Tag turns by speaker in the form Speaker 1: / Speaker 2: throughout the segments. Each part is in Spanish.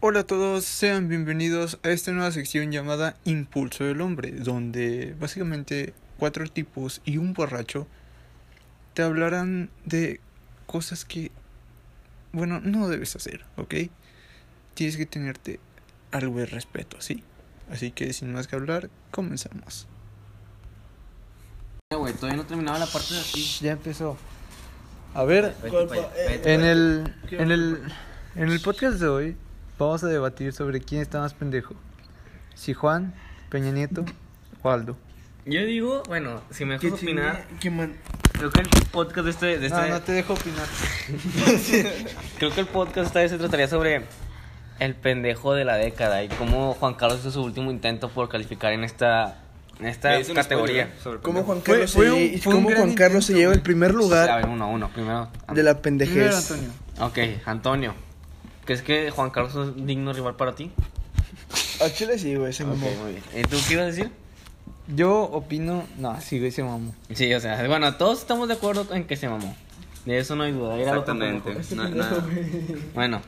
Speaker 1: Hola a todos, sean bienvenidos a esta nueva sección llamada Impulso del Hombre, donde básicamente cuatro tipos y un borracho te hablarán de cosas que, bueno, no debes hacer, ¿ok? Tienes que tenerte algo de respeto, ¿sí? Así que sin más que hablar, comenzamos.
Speaker 2: Ya, güey, todavía no terminaba la parte de aquí.
Speaker 1: Ya empezó. A ver,
Speaker 2: Vete pa'
Speaker 3: eh.
Speaker 2: allá, vete
Speaker 1: En
Speaker 2: pa' allá.
Speaker 1: el, en el, en el podcast de hoy vamos a debatir sobre quién está más pendejo. Si Juan, Peña Nieto o Aldo.
Speaker 2: Yo digo, bueno, si me dejas opinar,
Speaker 3: Que man...
Speaker 2: creo que el podcast de este, de este-
Speaker 1: Ah, dejo opinar.
Speaker 2: creo que el podcast esta vez se trataría sobre el pendejo de la década y cómo Juan Carlos hizo su último intento por calificar en esta en esta categoría.
Speaker 3: ¿Cómo Juan
Speaker 1: Fue-
Speaker 3: Carlos,
Speaker 1: fue
Speaker 3: se,
Speaker 1: un-
Speaker 3: lle-
Speaker 1: fue un
Speaker 3: cómo
Speaker 1: gran
Speaker 3: Juan Carlos se
Speaker 1: intento,
Speaker 3: lleva el
Speaker 1: güey.
Speaker 3: primer
Speaker 2: A
Speaker 3: lugar
Speaker 2: ver, uno, uno, primero.
Speaker 3: de la pendejez?
Speaker 2: Ok, Antonio. ¿Crees que Juan Carlos es un digno rival para ti?
Speaker 3: A Chile sí, güey, se
Speaker 2: Ok,
Speaker 3: mamó.
Speaker 2: muy bien. ¿Y tú qué ibas a decir?
Speaker 1: Yo opino, no, sí, güey, se mamó.
Speaker 2: Sí, o sea, bueno, todos estamos de acuerdo en que se mamó. De eso no hay duda. Era lo que
Speaker 4: Exactamente.
Speaker 2: mejor.
Speaker 4: No, nada.
Speaker 2: Bueno,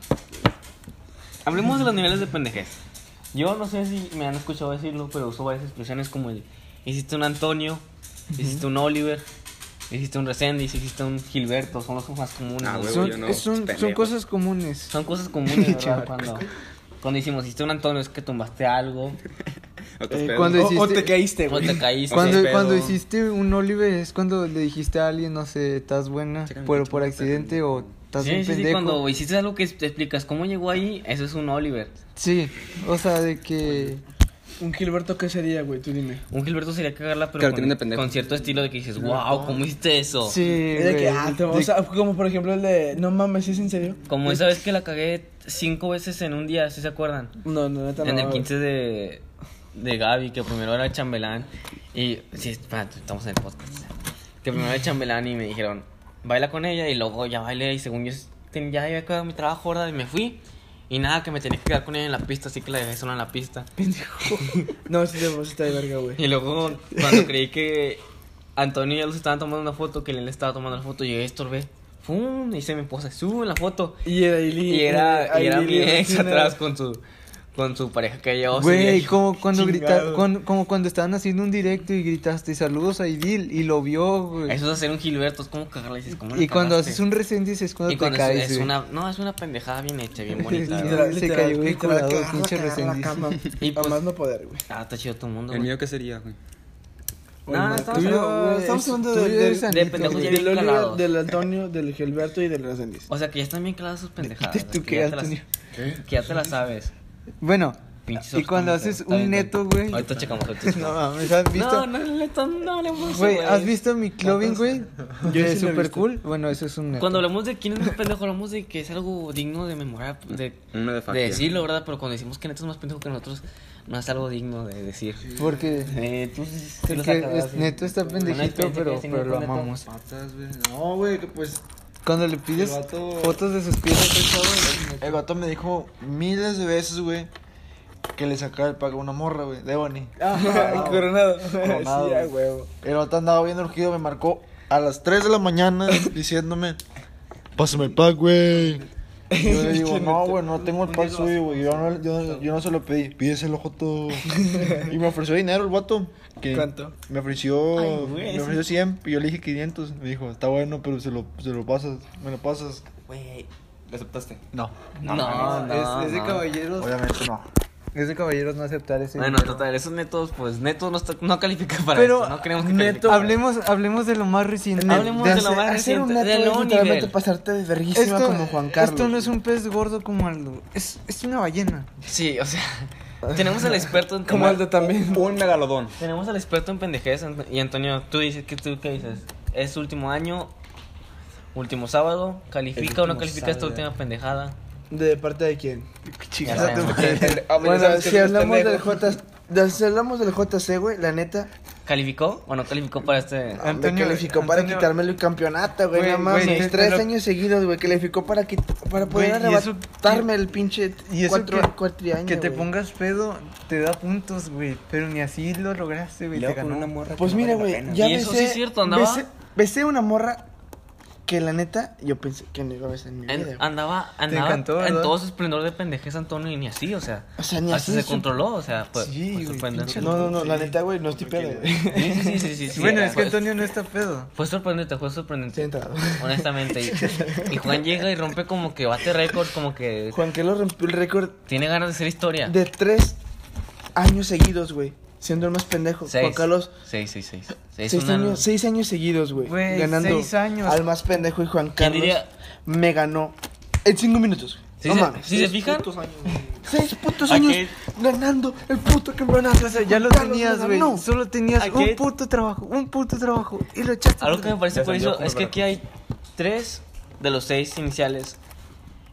Speaker 2: hablemos de los niveles de pendejez. Yo no sé si me han escuchado decirlo, pero uso varias expresiones como el hiciste un Antonio, hiciste un Oliver, hiciste un Reséndiz, hiciste un Gilberto, son los más comunes.
Speaker 4: Ah,
Speaker 2: ¿no?
Speaker 4: huevo,
Speaker 2: son,
Speaker 4: yo
Speaker 1: Son,
Speaker 4: no,
Speaker 1: es un-
Speaker 4: pendejo.
Speaker 1: son cosas comunes.
Speaker 2: son cosas comunes, ¿verdad?
Speaker 1: Chaval.
Speaker 2: cuando, cuando hicimos, hiciste un Antonio es que tumbaste algo,
Speaker 4: No te
Speaker 1: Eh,
Speaker 4: esperes.
Speaker 1: cuando
Speaker 4: Oh,
Speaker 1: hiciste-
Speaker 3: caíste,
Speaker 2: o te caíste.
Speaker 1: Cuando,
Speaker 4: pedo.
Speaker 1: cuando hiciste un Oliver es cuando le dijiste a alguien, no sé, estás buena, pero por accidente o estás
Speaker 2: Sí,
Speaker 1: un
Speaker 2: sí, sí,
Speaker 1: pendejo.
Speaker 2: cuando hiciste algo que te explicas cómo llegó ahí, eso es un Oliver.
Speaker 1: Sí, o sea, de que...
Speaker 3: Un Gilberto, ¿qué sería, güey? Tú dime.
Speaker 2: Un Gilberto sería cagarla, pero
Speaker 4: Claro, tiene de
Speaker 2: con,
Speaker 4: pendejo.
Speaker 2: con cierto estilo de que dices, wow, ¿cómo hiciste eso?
Speaker 1: Sí,
Speaker 3: Es de
Speaker 1: güey,
Speaker 3: que, ah, te- o
Speaker 1: de-
Speaker 3: sea, como por ejemplo el de, no mames, ¿sí ¿es en serio?
Speaker 2: Como esa vez que la cagué cinco veces en un día, ¿sí se acuerdan?
Speaker 3: No, no, neta, no.
Speaker 2: En el
Speaker 3: güey.
Speaker 2: 15 de, de Gaby, que primero era chambelán. Y. Sí, espérate, estamos en el podcast. Que primero era chambelán y me dijeron, baila con ella. Y luego ya bailé. Y según yo ten- ya había acabado mi trabajo, ¿verdad? Y me fui. Y nada, que me tenía que quedar con ella en la pista. Así que la dejé sola en la pista.
Speaker 3: No, sí, te está de verga, güey.
Speaker 2: Y luego, cuando creí que Antonio y ya los estaban tomando una foto, que él estaba tomando la foto, llegué y estorbé. ¡Fum! Hice mi posa, subo la foto.
Speaker 3: Y era Ili.
Speaker 2: Y era, y era mi
Speaker 3: Ailey
Speaker 2: ex
Speaker 3: Martínez.
Speaker 2: atrás con su, con su pareja que llevaba.
Speaker 1: Güey, como cuando grita,
Speaker 3: Chingado.
Speaker 1: cuando- como cuando estaban haciendo un directo y gritaste saludos a Idil y lo vio, güey.
Speaker 2: Eso es hacer un Gilberto, es como cagarle. Dices, ¿cómo la
Speaker 1: Y cuando
Speaker 2: cagaste?
Speaker 1: haces un recén dices cuando
Speaker 2: Y cuando
Speaker 1: te
Speaker 2: es-
Speaker 1: caes,
Speaker 2: es,
Speaker 1: güey.
Speaker 2: una, no, es una pendejada bien hecha, bien bonita. ¿verdad?
Speaker 3: Literal,
Speaker 1: Se
Speaker 3: literal,
Speaker 1: cayó el
Speaker 3: literal,
Speaker 1: curador,
Speaker 3: cagarla,
Speaker 1: pinche
Speaker 3: cagarla,
Speaker 1: resendis.
Speaker 3: cama.
Speaker 2: Y
Speaker 3: A
Speaker 2: pues-
Speaker 3: más no poder, güey.
Speaker 2: Ah, está chido todo el mundo.
Speaker 4: ¿El
Speaker 2: güey.
Speaker 4: mío qué sería, güey?
Speaker 2: No, no, estamos
Speaker 3: Tuyo,
Speaker 2: hablando-
Speaker 1: güey,
Speaker 3: estamos
Speaker 1: es-
Speaker 3: hablando
Speaker 1: tuyo
Speaker 3: de,
Speaker 1: eres
Speaker 3: del-
Speaker 1: sanito,
Speaker 2: de pendejos
Speaker 1: güey.
Speaker 2: ya
Speaker 3: del
Speaker 2: bien
Speaker 3: Oliver,
Speaker 2: calados.
Speaker 3: del Antonio, del Gilberto y del Resendiz.
Speaker 2: O sea, que ya están bien claras sus pendejadas.
Speaker 1: ¿Tú
Speaker 2: o sea,
Speaker 1: qué,
Speaker 2: que, ya te las,
Speaker 1: Antonio?
Speaker 2: que ya te las sabes.
Speaker 1: Bueno,
Speaker 2: Pinches
Speaker 1: y cuando
Speaker 2: obstáculos,
Speaker 1: haces
Speaker 2: está
Speaker 1: un
Speaker 2: bien,
Speaker 1: neto, güey.
Speaker 2: Ahorita checamos, ahorita
Speaker 1: No
Speaker 2: checamos.
Speaker 1: mames, ¿has
Speaker 2: No,
Speaker 1: visto?
Speaker 2: no, neto, no hablemos de eso,
Speaker 1: Güey,
Speaker 2: güey.
Speaker 1: ¿has visto mi clubbing, güey?
Speaker 3: Yo sí
Speaker 1: Que es
Speaker 3: lo he
Speaker 1: súper
Speaker 3: visto.
Speaker 1: cool. Bueno, eso es un neto.
Speaker 2: Cuando hablamos de quién es más pendejo, hablamos de que es algo digno de memorar, de,
Speaker 4: Uno de
Speaker 2: de
Speaker 4: Faquia.
Speaker 2: decirlo, ¿verdad? Pero cuando decimos que neto es más pendejo que nosotros, no es algo digno de decir.
Speaker 1: Porque,
Speaker 2: Eh, tú sí- sí lo
Speaker 1: porque
Speaker 2: sacas,
Speaker 1: es-
Speaker 2: sí.
Speaker 1: neto está
Speaker 2: Una
Speaker 1: pendejito,
Speaker 2: experiencia
Speaker 1: pero,
Speaker 2: que
Speaker 1: pero lo
Speaker 2: neto-
Speaker 1: amamos.
Speaker 4: Patas, güey. No, güey, que pues.
Speaker 1: Cuando le pides
Speaker 4: El vato-
Speaker 1: fotos de sus pies,
Speaker 5: El vato me dijo miles de veces, güey, que le sacaba el pack a una morra, güey, de Bonnie.
Speaker 3: Ah, coronado.
Speaker 5: Coronado,
Speaker 3: Sí, a
Speaker 5: güey.
Speaker 3: huevo.
Speaker 5: El vato andaba bien urgido, me marcó a las 3 de la mañana diciéndome, pásame el pack, güey. Y Yo le digo, no, güey, no tengo el pack suyo, güey, yo no, yo, yo no se lo pedí, pídeselo, joto. Y me ofreció dinero el vato. que
Speaker 3: ¿Cuánto?
Speaker 5: Me ofreció,
Speaker 2: Ay, güey.
Speaker 5: me ofreció 100 y yo le dije 500. Me dijo, está bueno, pero se lo, se lo pasas, me lo pasas.
Speaker 2: Güey,
Speaker 4: ¿Le aceptaste?
Speaker 5: No,
Speaker 2: No, no,
Speaker 1: Ah, es, es de
Speaker 2: no.
Speaker 1: caballeros.
Speaker 5: obviamente no.
Speaker 1: Es de caballeros no aceptar ese.
Speaker 2: Bueno,
Speaker 1: dinero.
Speaker 2: total, esos netos, pues netos no, está- no califica para
Speaker 1: Pero,
Speaker 2: esto, no queremos que
Speaker 1: neto,
Speaker 2: califique para
Speaker 1: hablemos, hablemos de lo más reciente.
Speaker 2: Hablemos de lo
Speaker 5: hacer-
Speaker 2: más
Speaker 5: hacer un
Speaker 2: reciente,
Speaker 5: neto
Speaker 2: de
Speaker 5: es
Speaker 2: lo
Speaker 5: literalmente
Speaker 2: nivel.
Speaker 5: pasarte de verguísima
Speaker 1: esto,
Speaker 5: como Juan Carlos.
Speaker 1: esto no es un pez gordo como Aldo. Es, es una ballena.
Speaker 2: esto. Sí, o sea, tenemos al experto en
Speaker 3: Como Aldo también.
Speaker 4: Un megalodón.
Speaker 2: Tenemos al experto en pendejes Ant- y Antonio, tú dices, ¿qué, tú, qué dices? Es su último año, último sábado, ¿califica o no califica esta última pendejada?
Speaker 3: ¿De parte de quién?
Speaker 2: Ya sabemos.
Speaker 3: ah, Bueno, si hablamos del J... de- Si hablamos del JC, güey, la neta,
Speaker 2: ¿Calificó o no calificó para este?
Speaker 1: Ah,
Speaker 3: me
Speaker 1: Antonio,
Speaker 3: calificó para
Speaker 1: Antonio-
Speaker 3: quitarme el campeonato, güey,
Speaker 1: Güey,
Speaker 3: nada más.
Speaker 1: güey, te- te
Speaker 3: tres
Speaker 1: lo-
Speaker 3: años seguidos, güey, calificó para, quit- para poder
Speaker 1: Güey, y eso-
Speaker 3: arrebatarme el pinche
Speaker 1: Y eso
Speaker 3: cuatro,
Speaker 1: que-
Speaker 3: cuatriaño,
Speaker 1: Que te
Speaker 3: güey.
Speaker 1: pongas pedo te da puntos, güey. Pero ni así lo lograste, güey. Te ganó.
Speaker 3: Pues mira, güey, ya
Speaker 2: Y eso
Speaker 3: besé-
Speaker 2: sí es cierto, andaba-
Speaker 3: Besé, besé una morra
Speaker 6: que la neta, yo pensé que no iba a besar en mi
Speaker 2: En- ah,
Speaker 6: vida. güey.
Speaker 2: andaba andaba
Speaker 1: encantó,
Speaker 2: en
Speaker 1: ¿verdad?
Speaker 2: todo su esplendor de pendejez Antonio y ni así, o sea,
Speaker 6: O sea, ni
Speaker 2: hasta
Speaker 6: así
Speaker 2: ah, se
Speaker 6: es-
Speaker 2: controló, pues, o sea, fue,
Speaker 1: Sí,
Speaker 2: fue
Speaker 1: güey,
Speaker 2: sorprendente.
Speaker 1: pinche
Speaker 6: No, no, no, la
Speaker 1: Sí.
Speaker 6: neta, güey, no estoy pedo, güey.
Speaker 2: Sí, sí, sí, sí, sí, sí, pues.
Speaker 1: bueno,
Speaker 2: era,
Speaker 1: es que
Speaker 2: fue-
Speaker 1: Antonio no está pedo.
Speaker 2: Fue sorprendente, fue sorprendente.
Speaker 6: Estoy entrado.
Speaker 2: Honestamente. Y, y Juan llega y rompe como que bate récords, como que
Speaker 6: Juan Carlos rompió el récord
Speaker 2: tiene ganas de hacer historia.
Speaker 6: de tres años seguidos, güey. Siendo el más pendejo.
Speaker 2: Seis.
Speaker 6: Juan Carlos,
Speaker 2: Seis, seis, seis. Seis,
Speaker 6: seis,
Speaker 2: una-
Speaker 6: años, seis años seguidos, güey.
Speaker 1: Güey,
Speaker 6: Ganando
Speaker 1: seis años.
Speaker 6: al más pendejo y Juan
Speaker 2: ¿Quién
Speaker 6: Carlos
Speaker 2: diría?
Speaker 6: me ganó en cinco minutos. güey.
Speaker 2: ¿Sí
Speaker 6: no
Speaker 2: se-
Speaker 6: mames.
Speaker 2: sí se fijan?
Speaker 6: Seis putos
Speaker 2: ¿A
Speaker 6: años
Speaker 2: qué?
Speaker 6: ganando el puto campeonato.
Speaker 1: O sea, ya lo
Speaker 6: Juan Carlos
Speaker 1: tenías,
Speaker 6: me
Speaker 1: güey.
Speaker 6: ganó.
Speaker 1: Solo tenías
Speaker 2: ¿A qué?
Speaker 1: un puto trabajo, un puto trabajo. Y lo echaste.
Speaker 2: Algo que me parece
Speaker 4: Ya salió
Speaker 2: curioso
Speaker 4: como
Speaker 2: es que aquí hay tres de los seis iniciales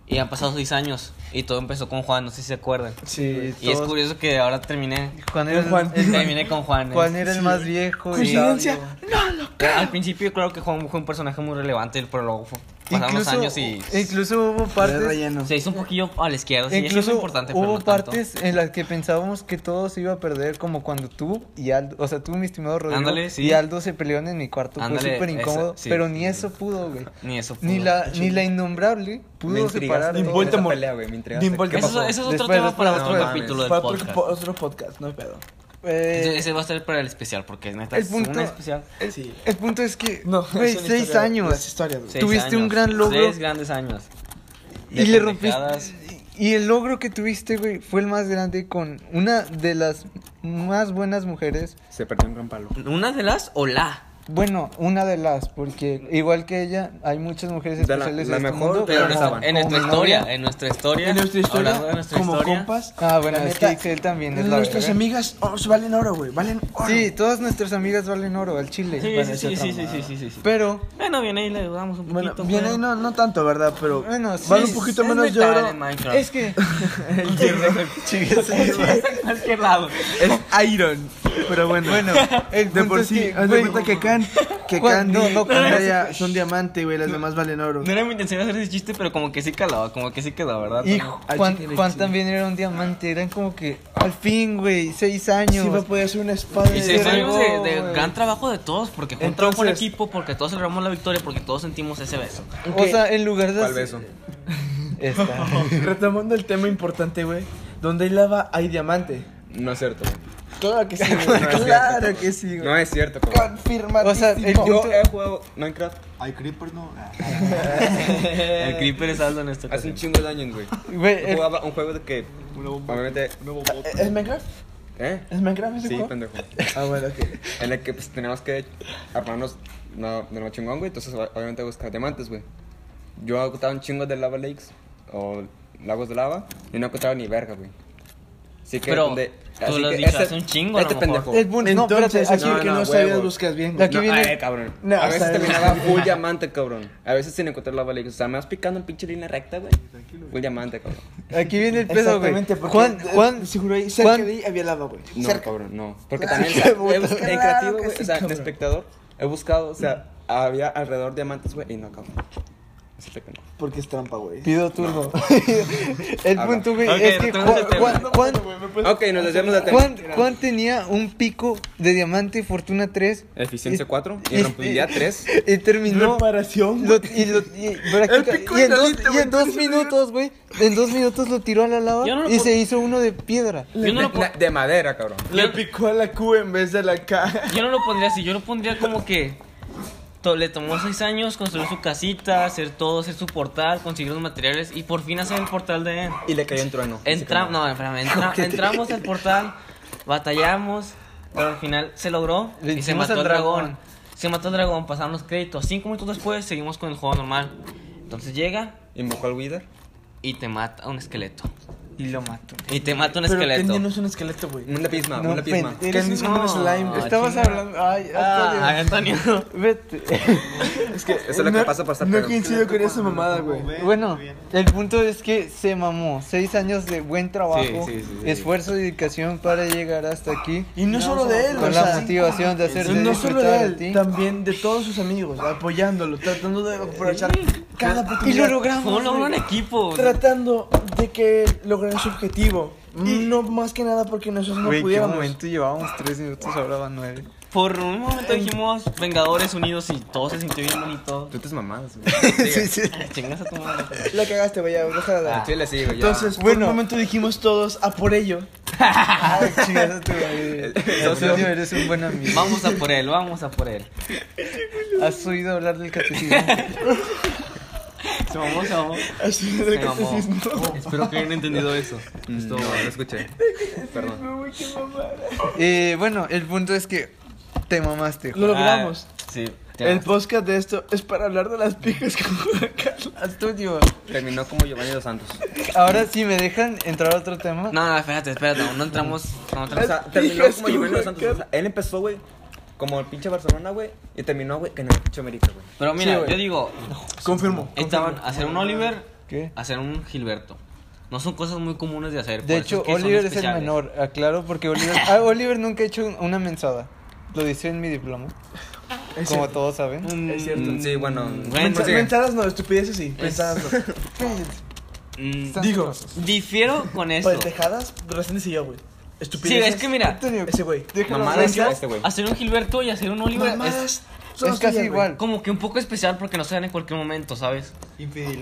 Speaker 2: y han pasado seis años y todo empezó con Juan, no sé si se acuerdan.
Speaker 1: Sí,
Speaker 2: Y es
Speaker 1: todos-
Speaker 2: curioso que ahora terminé.
Speaker 1: Juan era, el-
Speaker 6: Juan.
Speaker 1: el-
Speaker 2: Terminé con Juan. ¿eh?
Speaker 1: Juan era el más viejo. y
Speaker 6: Coincidencia.
Speaker 1: sabio.
Speaker 2: Al principio claro que Juan fue un personaje muy relevante, pero luego fue- pasaron los
Speaker 1: Incluso, uh,
Speaker 2: años y
Speaker 1: incluso hubo
Speaker 6: De
Speaker 1: partes.
Speaker 6: relleno.
Speaker 2: se hizo un poquillo a la izquierda. Sí, eso es
Speaker 1: Incluso
Speaker 2: importante, pero
Speaker 1: hubo
Speaker 2: no tanto.
Speaker 1: partes en las que pensábamos que todo se iba a perder, como cuando tú y Aldo, o sea, tú, mi estimado Rodrigo,
Speaker 2: Ándale, sí.
Speaker 1: y Aldo se pelearon en mi cuarto,
Speaker 2: Ándale,
Speaker 1: fue súper
Speaker 2: esa-
Speaker 1: incómodo,
Speaker 2: sí.
Speaker 1: pero ni eso pudo, güey.
Speaker 2: Ni eso.
Speaker 1: Ni
Speaker 2: pudo.
Speaker 1: la, ni la innombrable pudo separar. todo.
Speaker 4: Vuelta pelea, güey, me intrigaste.
Speaker 6: Dimple-
Speaker 4: ¿Qué
Speaker 2: Eso,
Speaker 4: pasó?
Speaker 2: eso es otro
Speaker 1: Después,
Speaker 2: tema para
Speaker 1: después,
Speaker 2: otro
Speaker 1: no
Speaker 2: capítulo del
Speaker 6: Para otro,
Speaker 2: podcast.
Speaker 6: po- otro podcast, no hay pedo.
Speaker 2: Ese
Speaker 1: Eh,
Speaker 2: ese va a ser para el especial, porque neta
Speaker 1: El
Speaker 2: es
Speaker 1: punto-
Speaker 2: un especial.
Speaker 6: Sí.
Speaker 1: el punto es que,
Speaker 6: No,
Speaker 1: güey,
Speaker 6: es una
Speaker 1: seis
Speaker 6: historia- Las
Speaker 1: años.
Speaker 6: historias, güey.
Speaker 2: Seis
Speaker 1: Tuviste un
Speaker 2: años,
Speaker 1: gran logro.
Speaker 2: Seis grandes años.
Speaker 1: Y le rompiste.
Speaker 2: pendejadas.
Speaker 1: Y el logro que tuviste, güey, fue el más grande con una de las más buenas mujeres.
Speaker 4: Se perdió un gran palo.
Speaker 2: Una de las o la.
Speaker 1: Bueno, una de las, porque igual que ella, hay muchas mujeres
Speaker 4: De la-
Speaker 1: especiales
Speaker 4: la
Speaker 1: en este
Speaker 4: mejor,
Speaker 1: mundo,
Speaker 4: pero
Speaker 2: Pero
Speaker 4: no
Speaker 2: en,
Speaker 4: estaban.
Speaker 2: nuestra, en
Speaker 1: como
Speaker 2: nuestra
Speaker 1: mi
Speaker 2: historia,
Speaker 1: novia-
Speaker 2: en nuestra historia.
Speaker 6: En
Speaker 2: Hablando
Speaker 6: nuestra
Speaker 2: de
Speaker 6: historia,
Speaker 2: nuestra
Speaker 6: como
Speaker 2: historia.
Speaker 6: compas,
Speaker 1: Ah, bueno,
Speaker 6: la
Speaker 1: es
Speaker 6: neta,
Speaker 1: que Excel también es la
Speaker 6: nuestras
Speaker 1: verga.
Speaker 6: amigas oh, se valen oro, güey, valen oro.
Speaker 1: Sí, todas nuestras amigas valen oro al chile.
Speaker 2: Sí, pues,
Speaker 1: Bueno,
Speaker 2: sí,
Speaker 1: es
Speaker 2: sí,
Speaker 1: otra
Speaker 2: sí, sí,
Speaker 1: mamada.
Speaker 2: sí, sí, sí, sí.
Speaker 1: Pero,
Speaker 2: Bueno, bien ahí le ayudamos un
Speaker 6: Bueno,
Speaker 2: poquito.
Speaker 6: bien
Speaker 2: pero-
Speaker 6: ahí no, no tanto, ¿verdad? Pero
Speaker 1: bueno, sí,
Speaker 6: vale un poquito
Speaker 2: es
Speaker 6: menos de
Speaker 2: metal
Speaker 6: oro.
Speaker 2: en Minecraft.
Speaker 1: es que
Speaker 2: Al que lado.
Speaker 6: Es Iron, pero bueno.
Speaker 1: bueno, el
Speaker 6: de
Speaker 1: punto
Speaker 6: por
Speaker 1: es
Speaker 6: sí,
Speaker 1: que,
Speaker 6: haz de
Speaker 1: güey,
Speaker 6: cuenta que Can, que
Speaker 1: Juan,
Speaker 6: Candy,
Speaker 1: no, no, Juan,
Speaker 6: Andrea son diamante, güey, las demás valen oro.
Speaker 2: No era mi intención hacer ese chiste, pero como que sí calaba, como que sí quedaba, ¿verdad?
Speaker 1: y
Speaker 2: Como-
Speaker 6: al
Speaker 1: Juan,
Speaker 6: chile,
Speaker 1: Juan
Speaker 6: chile.
Speaker 1: también era un diamante, eran como que al fin, güey, seis años.
Speaker 6: Sí me podía hacer una espada.
Speaker 2: Y
Speaker 6: de
Speaker 2: seis
Speaker 1: se-
Speaker 6: dragón.
Speaker 2: años de, de
Speaker 1: güey.
Speaker 2: gran trabajo de todos, porque fue un trabajo en
Speaker 6: Entonces-
Speaker 2: equipo, porque todos celebramos la victoria, porque todos sentimos ese beso.
Speaker 1: O sea, en lugar de
Speaker 4: ¿Cuál
Speaker 1: hacer-
Speaker 4: beso?
Speaker 1: Esta.
Speaker 6: Retomando el tema importante, güey, donde hay lava hay diamante.
Speaker 4: No es cierto.
Speaker 6: Claro que sí,
Speaker 4: No
Speaker 6: güey.
Speaker 4: es cierto.
Speaker 6: claro que sí, güey.
Speaker 4: No es cierto, cabrón. Eh,
Speaker 6: Confirmadísimo.
Speaker 1: O sea, el
Speaker 4: Yo
Speaker 1: punto-
Speaker 4: he jugado Minecraft
Speaker 7: Hay creeper, no.
Speaker 1: Eh,
Speaker 2: El creeper es algo en este esta
Speaker 4: hace
Speaker 2: ocasión.
Speaker 4: un chingo de años, güey.
Speaker 1: Güey,
Speaker 4: Yo
Speaker 1: el-
Speaker 4: Jugaba un juego de que. Obviamente.
Speaker 6: ¿Es Minecraft?
Speaker 4: ¿Eh?
Speaker 6: ¿Es Minecraft ese
Speaker 4: Sí,
Speaker 6: juego?
Speaker 4: pendejo.
Speaker 6: Ah, bueno, ok.
Speaker 4: En el que pues teníamos que armarnos no, de lo chingón, güey. Entonces, ob- obviamente, buscar diamantes, güey. Yo agotaba un chingo de lava lakes o lagos de lava y no encontraba ni verga, güey. Así que.
Speaker 2: Pero
Speaker 4: donde-
Speaker 2: tú
Speaker 4: así
Speaker 2: lo has
Speaker 4: que
Speaker 2: dicho
Speaker 4: ese-
Speaker 2: hace un chingo, a lo
Speaker 4: Este
Speaker 2: mejor.
Speaker 4: pendejo.
Speaker 1: el punto- no, espérate,
Speaker 6: Entonces,
Speaker 1: aquí-
Speaker 6: aquí el que
Speaker 4: no,
Speaker 6: no,
Speaker 4: no,
Speaker 6: sabías
Speaker 4: huevo.
Speaker 6: buscas bien.
Speaker 1: De aquí
Speaker 4: No,
Speaker 1: viene-
Speaker 4: eh, cabrón.
Speaker 6: No,
Speaker 4: a veces
Speaker 6: o sea,
Speaker 4: terminaba full diamante, cabrón. A veces sin encontrar lava lakes. O sea, me vas picando en pinche línea recta, güey. Full diamante, cabrón.
Speaker 1: aquí viene el pedo, güey.
Speaker 6: Exactamente, porque
Speaker 1: Juan, Juan,
Speaker 6: seguro ahí, cerca
Speaker 1: Juan-
Speaker 6: de ahí había lava, güey.
Speaker 4: No,
Speaker 6: cerca.
Speaker 4: cabrón, no. Porque
Speaker 6: Claro
Speaker 4: también
Speaker 6: que
Speaker 4: he
Speaker 6: puta,
Speaker 4: bus- en
Speaker 6: claro
Speaker 4: creativo,
Speaker 6: que
Speaker 4: güey,
Speaker 6: sí,
Speaker 4: o sea, en
Speaker 6: cabrón.
Speaker 4: espectador, he buscado, o sea, había alrededor diamantes, güey, y no, cabrón. Así que no.
Speaker 6: Porque es trampa, güey.
Speaker 1: pido turbo. el
Speaker 4: Habla.
Speaker 1: punto, güey,
Speaker 2: Ok,
Speaker 1: es que
Speaker 2: retomemos el
Speaker 1: Juan,
Speaker 2: tema.
Speaker 1: Juan, Juan,
Speaker 6: Pues,
Speaker 4: Ok, nos desviamos del tema.
Speaker 1: Juan, Juan tenía un pico de diamante Fortuna 3
Speaker 4: Eficiencia
Speaker 1: Y-
Speaker 4: 4
Speaker 1: y-
Speaker 4: y rompibilidad 3.
Speaker 1: y terminó.
Speaker 6: Reparación,
Speaker 1: lo-
Speaker 6: güey.
Speaker 1: y, lo- y- práctica-
Speaker 6: pico
Speaker 1: y
Speaker 6: de
Speaker 1: en dos,
Speaker 6: Lalita,
Speaker 1: y en
Speaker 6: güey,
Speaker 1: dos
Speaker 6: no se me
Speaker 1: minutos, güey, en dos minutos lo tiró a la lava
Speaker 2: Yo no lo
Speaker 1: y
Speaker 2: puedo-
Speaker 1: se hizo uno de piedra.
Speaker 2: Yo no
Speaker 4: de,
Speaker 2: lo puedo.
Speaker 4: na- de madera, cabrón.
Speaker 6: Le picó a la Q en vez de la K.
Speaker 2: Yo no lo pondría así, yo lo pondría como que to- le tomó seis años construir su casita, hacer todo, hacer su portal, conseguir los materiales y por fin hacer el portal de él.
Speaker 4: Y le cayó un trueno.
Speaker 2: Entramos, no, espérame, entra- entramos al portal, batallamos, pero al final se logró
Speaker 1: Le
Speaker 2: y se
Speaker 1: hicimos
Speaker 2: mató
Speaker 1: al
Speaker 2: el dragón.
Speaker 1: dragón.
Speaker 2: Se mató el dragón, pasaron los créditos. Cinco minutos después seguimos con el juego normal. Entonces llega
Speaker 4: Invocó al Wither.
Speaker 2: y te mata un esqueleto.
Speaker 1: Y lo mató.
Speaker 2: Y te mata un
Speaker 6: Pero
Speaker 2: esqueleto.
Speaker 6: Kenji no es un esqueleto, güey.
Speaker 4: Una pisma,
Speaker 1: No,
Speaker 4: una pisma.
Speaker 1: pende-
Speaker 6: Kenji es como
Speaker 2: No.
Speaker 6: un slime. güey.
Speaker 1: Estabas
Speaker 2: chingada.
Speaker 1: hablando. Ay, Antonio,
Speaker 2: Ah, Antonio.
Speaker 1: Vete.
Speaker 6: Es que eso
Speaker 4: es lo que pasa por estar
Speaker 6: No
Speaker 4: pedo.
Speaker 6: coincido con esa mamada, güey.
Speaker 1: Bueno, el punto es que se mamó. Seis años de buen trabajo,
Speaker 4: Sí, sí, sí, sí.
Speaker 1: esfuerzo y dedicación para llegar hasta aquí.
Speaker 6: Y no solo de él, o
Speaker 1: Con la
Speaker 6: sea,
Speaker 1: motivación de hacer de
Speaker 6: No solo
Speaker 1: disfrutar
Speaker 6: de
Speaker 1: a
Speaker 6: él,
Speaker 1: ti.
Speaker 6: también de todos sus amigos, apoyándolo, tratando de aprovechar cada oportunidad.
Speaker 1: Y lo logramos.
Speaker 2: Fue un logro en
Speaker 1: güey.
Speaker 2: equipo.
Speaker 6: Tratando de que lograra su objetivo. No más que nada porque nosotros no
Speaker 1: Güey, qué
Speaker 6: pudiéramos.
Speaker 1: momento llevábamos tres minutos, ahora van nueve.
Speaker 2: Por un momento
Speaker 1: Em.
Speaker 2: dijimos Vengadores Unidos y todo se sintió bien bonito.
Speaker 4: Tú tus mamadas, güey.
Speaker 1: Sí, sí.
Speaker 2: Chingas a tu madre.
Speaker 6: La cagaste, güey, ya, déjala.
Speaker 2: Ah.
Speaker 4: Sí, le sigo, ya.
Speaker 6: Entonces, por un momento dijimos todos a por ello.
Speaker 1: Ay, chingas a tu madre. Socio, Este, eres un buen amigo.
Speaker 2: Vamos a por él, vamos a por él.
Speaker 1: ¿Has oído hablar del catecismo?
Speaker 2: Se mamó, se mamó.
Speaker 6: Así
Speaker 2: Se
Speaker 6: de que
Speaker 2: mamó.
Speaker 6: se
Speaker 2: Espero que hayan entendido eso.
Speaker 4: No,
Speaker 2: Esto-
Speaker 4: Mm, no escuché. Perdón.
Speaker 1: Eh, bueno, el punto es que te mamaste.
Speaker 6: Lo
Speaker 1: Juan.
Speaker 6: logramos.
Speaker 2: Ah, sí. te
Speaker 6: El
Speaker 2: amo.
Speaker 6: podcast de esto es para hablar de las pijas que juega Carla.
Speaker 1: Estudio.
Speaker 4: Terminó como Giovanni dos Santos.
Speaker 1: Ahora sí me dejan entrar a otro tema.
Speaker 2: No, no, espérate, espérate. No entramos. No
Speaker 4: O
Speaker 2: entramos a...
Speaker 4: sea, terminó como Giovanni dos Santos. O sea, él empezó, güey, como el pinche Barcelona, güey, y terminó, güey, que en el pinche América, güey.
Speaker 2: Pero
Speaker 6: Sí,
Speaker 2: mira,
Speaker 6: güey.
Speaker 2: yo digo,
Speaker 6: Confirmo.
Speaker 2: estaban hacer un Oliver,
Speaker 1: ¿Qué?
Speaker 2: hacer un Gilberto. No son cosas muy comunes de hacer.
Speaker 1: De hecho, Oliver es el menor, aclaro, porque Oliver, Ah, Oliver nunca ha hecho un- una mensada. Lo dice en mi diploma,
Speaker 6: Es
Speaker 1: como
Speaker 6: cierto.
Speaker 1: todos saben.
Speaker 6: Es cierto.
Speaker 4: Sí, bueno.
Speaker 2: Mm, Bueno,
Speaker 6: Mensa-
Speaker 2: sigue.
Speaker 6: Mensadas no, estupideces sí.
Speaker 2: Es-
Speaker 6: Mensadas no. Digo,
Speaker 2: Mm, Difiero con
Speaker 6: Pues
Speaker 2: eso.
Speaker 6: pendejadas, recién y yo, güey.
Speaker 2: Sí,
Speaker 6: Estupideces.
Speaker 2: es que mira,
Speaker 1: Antonio,
Speaker 6: Ese güey.
Speaker 1: déjalo
Speaker 4: Mamadas,
Speaker 1: hablar.
Speaker 4: este güey.
Speaker 2: hacer un Gilberto y hacer un Oliver es
Speaker 6: Mamadas.
Speaker 1: es,
Speaker 6: son
Speaker 1: casi
Speaker 6: suyas, güey.
Speaker 1: igual.
Speaker 2: como que un poco especial porque no se dan en cualquier momento, ¿sabes?
Speaker 6: Ese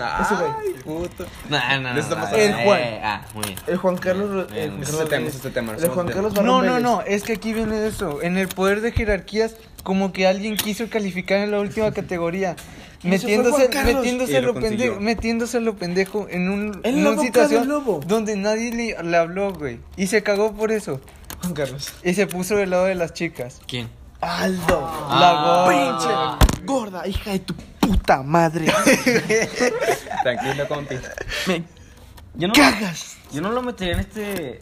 Speaker 4: Ah,
Speaker 6: güey.
Speaker 4: puto.
Speaker 2: No, no, no.
Speaker 4: De eso
Speaker 2: no,
Speaker 4: estamos
Speaker 2: no,
Speaker 6: hablando. El Juan.
Speaker 2: eh, ah, muy bien.
Speaker 6: El Juan Carlos. Ro-
Speaker 2: Bien,
Speaker 6: el Juan
Speaker 4: Es
Speaker 6: Carlos
Speaker 4: este tema,
Speaker 6: Vélez.
Speaker 4: es este tema.
Speaker 6: El Juan Carlos Barrón
Speaker 1: No, no,
Speaker 6: Vélez.
Speaker 1: no, es que aquí viene eso. En el poder de jerarquías, como que alguien quiso calificar en la última categoría.
Speaker 6: Eso fue Juan
Speaker 1: Metiéndose,
Speaker 6: Carlos.
Speaker 1: metiéndose,
Speaker 4: Y
Speaker 1: a
Speaker 4: lo
Speaker 1: lo pendejo,
Speaker 4: consiguió.
Speaker 1: metiéndose a lo pendejo en, un,
Speaker 6: El
Speaker 1: en
Speaker 6: lobo,
Speaker 1: una situación
Speaker 6: Carlos Lobo.
Speaker 1: donde nadie le, le habló, güey. Y se cagó por eso.
Speaker 6: Juan Carlos.
Speaker 1: Y se puso del lado de las chicas.
Speaker 2: ¿Quién?
Speaker 6: Aldo.
Speaker 2: Ah.
Speaker 1: La
Speaker 6: Pinche gorda, hija de tu puta madre.
Speaker 4: Tranquilo, compi.
Speaker 2: Yo no,
Speaker 6: ¡Cagas!
Speaker 2: yo no lo metería en este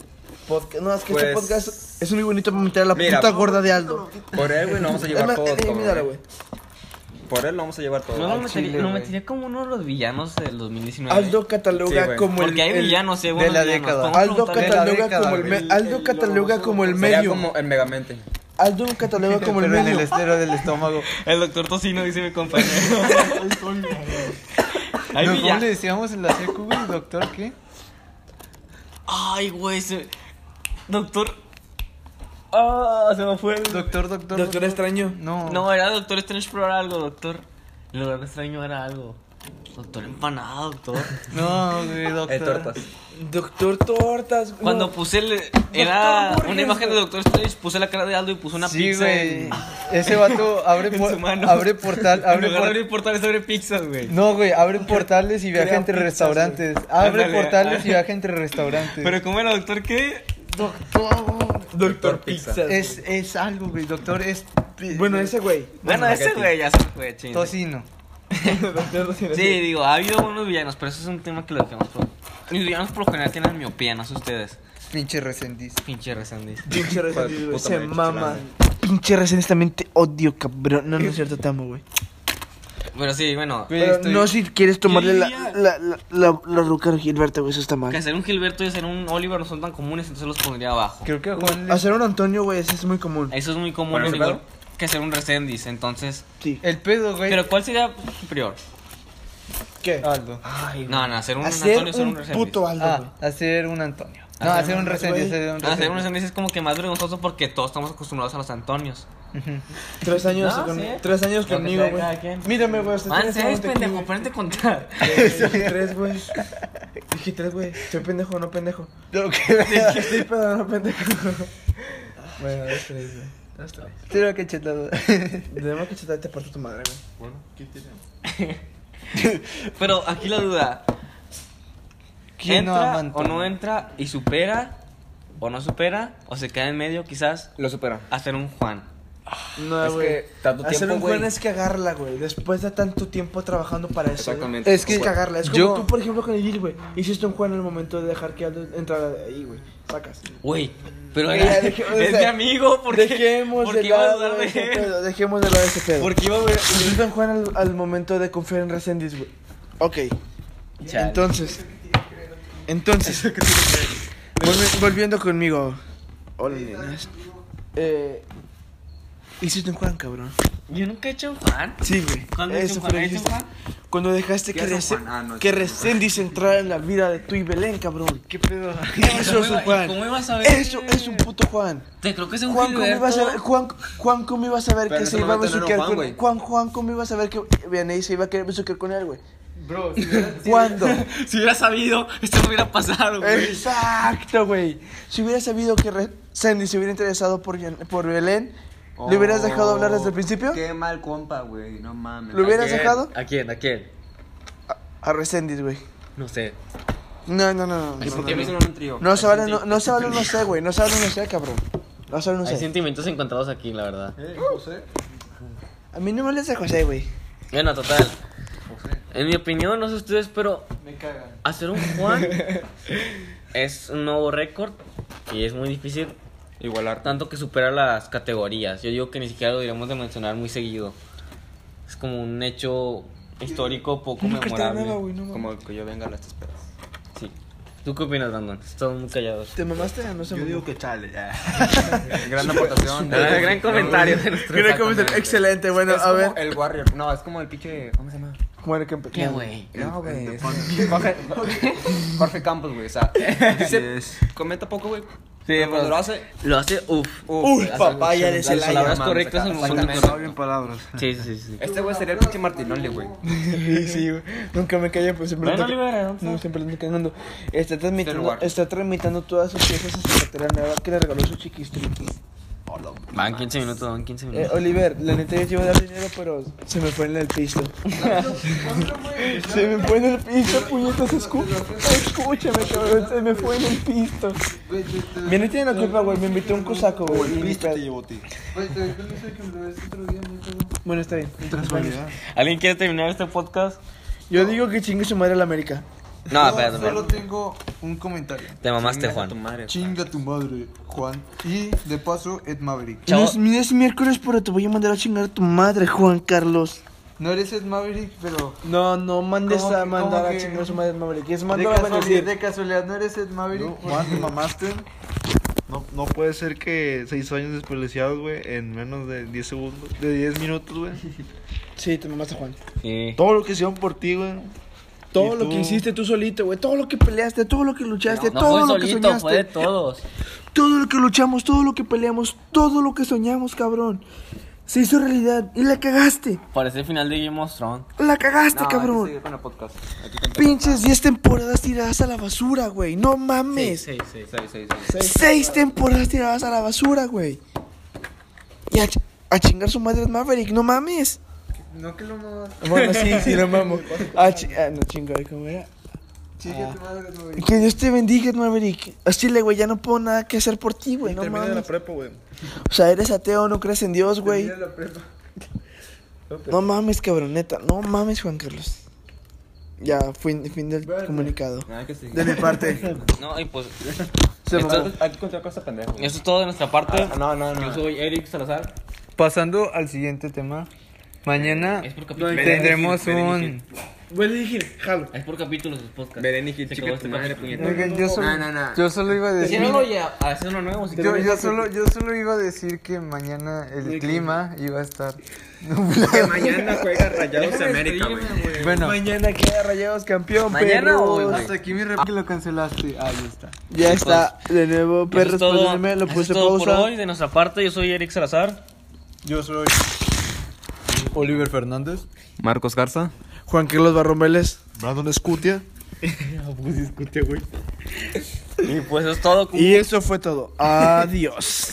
Speaker 6: Podcast- No, es que este
Speaker 4: Pues-
Speaker 6: podcast es muy bonito para meter a la
Speaker 4: Mira.
Speaker 6: puta gorda de Aldo.
Speaker 4: Por él, güey, lo vamos a
Speaker 6: Es
Speaker 4: llevar
Speaker 6: más,
Speaker 4: todo.
Speaker 6: elimínala,
Speaker 4: cabrón,
Speaker 6: güey.
Speaker 4: güey. Por él lo vamos a llevar todo.
Speaker 2: No lo
Speaker 1: Al
Speaker 2: metería,
Speaker 1: chile,
Speaker 2: lo
Speaker 1: güey.
Speaker 2: metería como uno de los villanos del 2019.
Speaker 6: Aldo cataloga
Speaker 4: Sí, güey.
Speaker 6: como el.
Speaker 2: Porque hay
Speaker 6: el-
Speaker 2: villanos, eh,
Speaker 1: de
Speaker 2: buenos
Speaker 1: la
Speaker 2: villanos.
Speaker 1: década.
Speaker 2: Vamos a
Speaker 6: Aldo
Speaker 2: preguntarle-
Speaker 1: de la
Speaker 6: cataloga
Speaker 1: década,
Speaker 6: como el, me-
Speaker 1: el-
Speaker 6: Aldo cataloga como el
Speaker 4: Sería
Speaker 6: medio.
Speaker 4: como el Megamente.
Speaker 6: Aldo cataloga como el
Speaker 1: Pero en el
Speaker 6: medio.
Speaker 1: estero del estómago.
Speaker 2: El doctor Tocino dice mi compañero. Hay
Speaker 1: No, ¿Cómo
Speaker 2: villa-
Speaker 1: le decíamos en la secu, güey? ¿Doctor qué?
Speaker 2: Ay, güey, ese... Doctor... Ah, se me fue el...
Speaker 1: Doctor, doctor.
Speaker 6: Doctor extraño.
Speaker 1: No.
Speaker 2: No, era Doctor Strange, pero era algo, doctor. El lugar extraño era algo. Doctor empanado, doctor.
Speaker 1: No, güey, doctor.
Speaker 4: El Tortas.
Speaker 6: Doctor Tortas. güey.
Speaker 2: Cuando
Speaker 6: No.
Speaker 2: puse el... Era
Speaker 6: Burgers,
Speaker 2: una imagen de
Speaker 6: güey.
Speaker 2: Doctor Strange, puse la cara de Aldo y puse una
Speaker 1: Sí,
Speaker 2: pizza.
Speaker 1: güey.
Speaker 2: en-
Speaker 1: Ese vato abre,
Speaker 2: en
Speaker 1: por-
Speaker 2: su mano.
Speaker 1: abre portal.
Speaker 2: En
Speaker 1: Abre
Speaker 2: lugar de
Speaker 1: por-
Speaker 2: abrir portales, abre pizzas, güey.
Speaker 1: No, güey, abre portales y viaja
Speaker 6: Crea
Speaker 1: entre
Speaker 6: pizzas,
Speaker 1: restaurantes.
Speaker 2: Ándale.
Speaker 1: Abre
Speaker 2: ah.
Speaker 1: portales y viaja entre restaurantes.
Speaker 2: Pero como era doctor, ¿qué?
Speaker 6: Doctor
Speaker 4: Pizza.
Speaker 6: Pizza.
Speaker 1: es, es algo, güey. Doctor es. pi-
Speaker 6: Bueno, ese güey.
Speaker 2: Bueno, ese güey ya se fue, chingada.
Speaker 1: Tocino.
Speaker 6: Doctor Tocino.
Speaker 2: Sí, digo, ha habido unos villanos, pero eso es un tema que lo dejamos por. Los villanos por lo general tienen miopía, no sé ustedes.
Speaker 1: Pinche resentiz.
Speaker 2: Pinche resandis.
Speaker 6: Pinche
Speaker 4: Puta
Speaker 6: Resident güey. Se
Speaker 4: madre,
Speaker 6: mama.
Speaker 4: chulada.
Speaker 6: Pinche Resident también te odio, cabrón. No, no es cierto, te amo, güey.
Speaker 2: Pero sí, bueno,
Speaker 1: Güey,
Speaker 6: Pero
Speaker 1: estoy-
Speaker 6: no si quieres tomarle la,
Speaker 2: diría-
Speaker 6: la, la, la, la ruca a Gilberto, güey, eso está
Speaker 2: que
Speaker 6: mal.
Speaker 2: hacer un Gilberto y hacer un Oliver no son tan comunes, entonces los pondría abajo.
Speaker 1: Creo que a Juan le-
Speaker 6: Hacer un Antonio, güey, eso es muy común.
Speaker 2: Eso es muy común,
Speaker 4: Bueno, ¿ese
Speaker 2: igual
Speaker 4: pedo?
Speaker 2: que hacer un resendis, entonces.
Speaker 6: Sí.
Speaker 1: El pedo, güey.
Speaker 2: Pero ¿cuál sería superior?
Speaker 6: ¿Qué?
Speaker 1: Aldo.
Speaker 2: No, no, hacer un
Speaker 6: Hacer
Speaker 2: Antonio, hacer un
Speaker 6: un
Speaker 2: resendis.
Speaker 6: puto Aldo, güey.
Speaker 1: Ah, hacer un Antonio. Ah, No,
Speaker 6: Hacer
Speaker 1: hacer
Speaker 6: un-
Speaker 1: un resentiz. Hacer un
Speaker 2: Ah, Hacer un
Speaker 1: resentiz.
Speaker 2: resendis es como que más vergonzoso porque todos estamos acostumbrados a los Antonios.
Speaker 1: Ujú.
Speaker 6: Tres años,
Speaker 2: No,
Speaker 6: con-
Speaker 2: sí.
Speaker 6: tres años
Speaker 2: Lo que
Speaker 6: conmigo,
Speaker 2: sea,
Speaker 6: güey. este
Speaker 2: cada quien. Ah,
Speaker 6: Mírame, güey. hasta
Speaker 2: Man,
Speaker 6: tienes
Speaker 2: seis,
Speaker 6: aguante aquí,
Speaker 2: pendejo,
Speaker 6: güey.
Speaker 2: ponerte a contar.
Speaker 6: Dije tres, güey. Dije tres, güey. Soy pendejo, no pendejo.
Speaker 1: Lo que
Speaker 6: Estoy pedo, no pendejo. Bueno, dos, tres, güey. Dos, tres.
Speaker 1: Tiro que chetado.
Speaker 6: Debemos que chetarte por tu madre, güey.
Speaker 2: Pero aquí la duda.
Speaker 1: ¿Quién no
Speaker 2: ¿Entra
Speaker 1: ama Antonio?
Speaker 2: o no entra y supera o no supera o se queda en medio quizás
Speaker 4: Lo supera.
Speaker 2: hacer un Juan?
Speaker 6: No,
Speaker 4: Es
Speaker 6: Ah, güey.
Speaker 4: que tanto
Speaker 6: Hacer
Speaker 4: tiempo,
Speaker 6: un
Speaker 4: güey.
Speaker 6: Juan es cagarla, güey. Después de tanto tiempo trabajando para eso. güey.
Speaker 4: Exactamente.
Speaker 1: Es que-
Speaker 6: Es cagarla. Es como
Speaker 1: Yo-
Speaker 6: tú, por ejemplo, con el Gil, güey. Hiciste un Juan en el momento de dejar que Aldo entrara ahí, güey. Sacas.
Speaker 2: Güey, pero
Speaker 6: Ya,
Speaker 2: era-
Speaker 6: dejé- o
Speaker 2: es
Speaker 6: sea,
Speaker 2: mi amigo, ¿por qué?
Speaker 6: Dejemos
Speaker 2: por
Speaker 6: de
Speaker 2: qué iba a
Speaker 6: lado
Speaker 2: dudar de
Speaker 6: ese
Speaker 2: él?
Speaker 6: pedo. Dejemos de lado ese pedo.
Speaker 2: ¿Por qué iba a ver?
Speaker 6: Hiciste un Pues Juan al, al momento de confiar en Resendiz, güey. Ok.
Speaker 2: Chale.
Speaker 6: Entonces. Entonces. volvi- volviendo conmigo. Hola, nenas. Eh. Hiciste un Juan, cabrón.
Speaker 2: Yo nunca he hecho un Juan.
Speaker 6: Sí, güey.
Speaker 2: ¿Cuándo he hecho
Speaker 6: Eso
Speaker 2: un
Speaker 6: fue
Speaker 2: Juan?
Speaker 6: lo
Speaker 2: ¿He
Speaker 6: que
Speaker 2: hecho un
Speaker 6: hiciste.
Speaker 2: Juan?
Speaker 6: Cuando dejaste que,
Speaker 4: ¿Qué hace
Speaker 6: Rece-
Speaker 4: Juan? Ah, no,
Speaker 6: que
Speaker 4: sí,
Speaker 6: Reséndiz entrara en la vida de tú y Belén, cabrón.
Speaker 1: ¿Qué pedo?
Speaker 6: Eso es un
Speaker 2: iba-
Speaker 6: Juan.
Speaker 2: cómo ibas a ver?
Speaker 6: Eso es un puto Juan.
Speaker 2: Te creo que es un
Speaker 6: Juan, ¿cómo ibas a ver,
Speaker 2: Gilberto.
Speaker 6: Juan, Juan, ¿cómo ibas a ver
Speaker 4: Pero en
Speaker 6: que
Speaker 4: ese
Speaker 6: se iba a
Speaker 4: momento no era
Speaker 6: besuquear
Speaker 4: Juan,
Speaker 6: con
Speaker 4: güey.
Speaker 6: él? Juan, Juan, ¿cómo ibas a ver que Vianey se iba a querer besuquear con él, güey?
Speaker 1: Bro, si hubiera-
Speaker 6: ¿Cuándo?
Speaker 2: Si hubiera sabido, esto no hubiera pasado, güey.
Speaker 6: Eh, Exacto, güey. Si hubieras sabido que Re- Sandy se hubiera interesado por, Yan- por Belén, ¿le hubieras dejado hablar desde el principio?
Speaker 4: Oh, Qué mal compa, güey. No mames.
Speaker 6: ¿Lo hubieras
Speaker 2: ¿A quién?
Speaker 6: dejado?
Speaker 2: ¿A quién? ¿A quién?
Speaker 6: A Resendiz, güey.
Speaker 2: No sé.
Speaker 6: No, no, no, no.
Speaker 4: ¿Y
Speaker 6: No,
Speaker 4: por
Speaker 6: no,
Speaker 4: qué me
Speaker 6: no.
Speaker 4: hicieron un trío?
Speaker 6: No se vale, no, no se vale, no sé, güey. No se vale, no sé, cabrón. No se vale, no
Speaker 2: Hay
Speaker 6: sé.
Speaker 2: sentimientos encontrados aquí, la verdad.
Speaker 5: Eh, José.
Speaker 6: A mí no me hables de José, güey.
Speaker 2: Bueno, total. En mi opinión, no sé ustedes, pero
Speaker 6: Me cagan.
Speaker 2: hacer un Juan es un nuevo récord y es muy difícil,
Speaker 4: Igualar.
Speaker 2: tanto que supera las categorías. Yo digo que ni siquiera lo deberíamos de mencionar muy seguido. Es como un hecho histórico poco
Speaker 6: Nunca está
Speaker 2: memorable.
Speaker 6: nada, güey. No, mames.
Speaker 4: Como que yo venga a las esperas.
Speaker 2: Sí. ¿Tú qué opinas, Brandon? Estamos muy callados.
Speaker 6: ¿Te mamaste? No se
Speaker 5: Yo
Speaker 6: mamó.
Speaker 5: digo que chale, ya.
Speaker 4: Gran aportación.
Speaker 2: Ah, gran comentario de nuestro
Speaker 6: Creo que vamos a hacer- Excelente, bueno,
Speaker 4: Es
Speaker 6: a
Speaker 4: como
Speaker 6: ver.
Speaker 4: El Warrior. No, es como el pinche. ¿Cómo se llama?
Speaker 6: ¿Cómo era que empe-
Speaker 2: ¿Qué, güey?
Speaker 4: No, güey. es- Jorge, Jorge Campos, güey. O sea, dice. Comenta poco, güey. pero
Speaker 6: pues.
Speaker 4: cuando lo hace.
Speaker 2: Lo hace uff.
Speaker 4: Uy,
Speaker 6: papaya de
Speaker 4: Celaya,
Speaker 2: palabras
Speaker 4: mames,
Speaker 2: correctas
Speaker 4: acá,
Speaker 2: en el momento
Speaker 4: exactamente.
Speaker 2: correcto.
Speaker 5: Bien palabras.
Speaker 2: Sí, sí, sí.
Speaker 4: Este güey sería el pinche Martinoli, güey.
Speaker 6: Sí, sí, güey. Nunca me callé, pues siempre
Speaker 2: Bueno,
Speaker 6: lo toco-
Speaker 2: Olivera, ¿dónde
Speaker 6: No, siempre lo ando cagando.
Speaker 5: Este
Speaker 6: Está transmitiendo,
Speaker 4: lugar.
Speaker 6: está transmitiendo todas sus piezas a su cartera nueva que le regaló su chiquistriqui.
Speaker 2: Van 15 minutos, van 15
Speaker 6: Eh,
Speaker 2: minutos.
Speaker 6: Oliver, la neta yo te iba a dar dinero, pero se me fue en el piso. se me fue en el piso, puñetas, escu- escúchame, cabrón, se me fue en el piso. Bien, no tiene la culpa, güey, me invitó un cosaco, güey. y ni
Speaker 5: Viste,
Speaker 6: pedo.
Speaker 5: te llevó ti.
Speaker 6: Bueno, está bien.
Speaker 5: Casualidad.
Speaker 2: ¿Alguien quiere terminar este podcast?
Speaker 6: Yo digo que chingue su madre la América.
Speaker 2: No, espérate,
Speaker 5: Solo
Speaker 2: espérate.
Speaker 5: tengo un comentario.
Speaker 2: Te mamaste,
Speaker 4: Venga, tu
Speaker 2: Juan.
Speaker 4: madre.
Speaker 5: Chinga tu madre, Juan. Y de paso, Ed Maverick.
Speaker 2: Chavo.
Speaker 6: No es, no es miércoles, pero te voy a mandar a chingar a tu madre, Juan Carlos.
Speaker 5: No eres Ed Maverick, pero.
Speaker 6: No, no mandes
Speaker 5: ¿Cómo
Speaker 6: a
Speaker 5: que-
Speaker 6: mandar
Speaker 5: cómo
Speaker 6: a
Speaker 5: que-
Speaker 6: chingar a su madre, Maverick. Es
Speaker 5: De
Speaker 6: mandar a
Speaker 5: casualidad,
Speaker 6: bendecir.
Speaker 5: de casualidad, no eres Ed Maverick.
Speaker 8: No,
Speaker 5: Porque-
Speaker 8: Juan, te mamaste. No, no puede ser que seis años desperdiciados, güey, en menos de 10 segundos, de 10 minutos, güey.
Speaker 6: Sí, te mamaste, Juan.
Speaker 2: Sí.
Speaker 8: Todo lo que hicieron por ti, güey.
Speaker 6: Todo
Speaker 8: ¿Y
Speaker 6: lo
Speaker 8: tú?
Speaker 6: que hiciste tú solito, güey. Todo lo que peleaste, todo lo que luchaste,
Speaker 2: No
Speaker 6: todo
Speaker 2: fue
Speaker 6: lo que
Speaker 2: solito,
Speaker 6: soñaste.
Speaker 2: fue de todos.
Speaker 6: Todo lo que luchamos, todo lo que peleamos, todo lo que soñamos, cabrón. Se hizo realidad y la cagaste.
Speaker 2: Parece el final de Game of Thrones.
Speaker 6: La cagaste,
Speaker 4: No, hay que
Speaker 6: cabrón.
Speaker 4: seguir con el podcast. Hay que contar.
Speaker 6: Pinches 10 temporadas tiradas a la basura, güey. No mames.
Speaker 2: Sí, sí.
Speaker 4: Sí, sí, sí.
Speaker 6: Seis temporadas tiradas a la basura, güey. Y a, ch- a chingar su madre es Maverick, no mames.
Speaker 5: No que lo mamas.
Speaker 6: Bueno, sí, sí, lo mamo. A chi- ah, no chingar, ¿cómo era?
Speaker 5: Chinga
Speaker 6: Ah.
Speaker 5: tu madre, Ed Maverick.
Speaker 6: Que Dios te bendiga, Ed Maverick. Chile, güey, ya no puedo nada que hacer por ti, güey, no
Speaker 8: Termina la
Speaker 6: mames.
Speaker 8: prepa, güey.
Speaker 6: O sea, eres ateo, no crees en Dios, güey.
Speaker 5: Mira la prepa.
Speaker 6: No mames, cabroneta. No mames, Juan Carlos. Ya, fin, fin del comunicado.
Speaker 4: No, hay que seguir.
Speaker 5: De mi parte.
Speaker 2: No, y pues.
Speaker 4: Esto- Hay que contar cosas pendejas. güey.
Speaker 2: Eso es todo de nuestra parte.
Speaker 4: Ah, No, no,
Speaker 2: Yo
Speaker 4: no.
Speaker 2: soy Eric Salazar.
Speaker 1: Pasando al siguiente tema.
Speaker 6: Ah,
Speaker 1: Mañana
Speaker 2: Es por capítulo.
Speaker 1: tendremos
Speaker 4: Ven, ven,
Speaker 1: un...
Speaker 6: Voy a dirigir, jalo.
Speaker 2: Es por capítulos los podcasts.
Speaker 4: Belén y
Speaker 2: Se
Speaker 4: Gil,
Speaker 2: acabó
Speaker 4: chica
Speaker 2: este
Speaker 4: tu madre,
Speaker 2: podcast.
Speaker 4: puñeta.
Speaker 1: Oigan, yo solo,
Speaker 4: No, no, no.
Speaker 1: yo solo iba a decir...
Speaker 2: Hiciéronlo ya a hacer uno nuevo. si
Speaker 1: Yo,
Speaker 2: quieren.
Speaker 1: yo, solo, yo solo iba a decir que mañana el clima iba a estar
Speaker 4: Que
Speaker 1: nublado.
Speaker 4: mañana juega Rayados América, güey.
Speaker 1: Bueno,
Speaker 6: Mañana queda Rayados campeón,
Speaker 2: Mañana o hoy,
Speaker 6: perros.
Speaker 2: güey.
Speaker 1: hasta aquí mi rep que lo cancelaste. Ah, ya está.
Speaker 6: Ya está, de nuevo,
Speaker 2: Pues, Eso es
Speaker 6: perros,
Speaker 2: todo.
Speaker 6: perdónenme, lo
Speaker 2: Eso
Speaker 6: puse
Speaker 2: es todo por
Speaker 6: pausa.
Speaker 2: hoy de nuestra parte. Yo soy Eric Salazar.
Speaker 5: Yo soy. Oliver Fernández.
Speaker 4: Marcos Garza.
Speaker 6: Juan Carlos Barromeles.
Speaker 8: Brandon Escutia.
Speaker 2: Y pues eso es todo.
Speaker 6: Y eso fue todo. Adiós.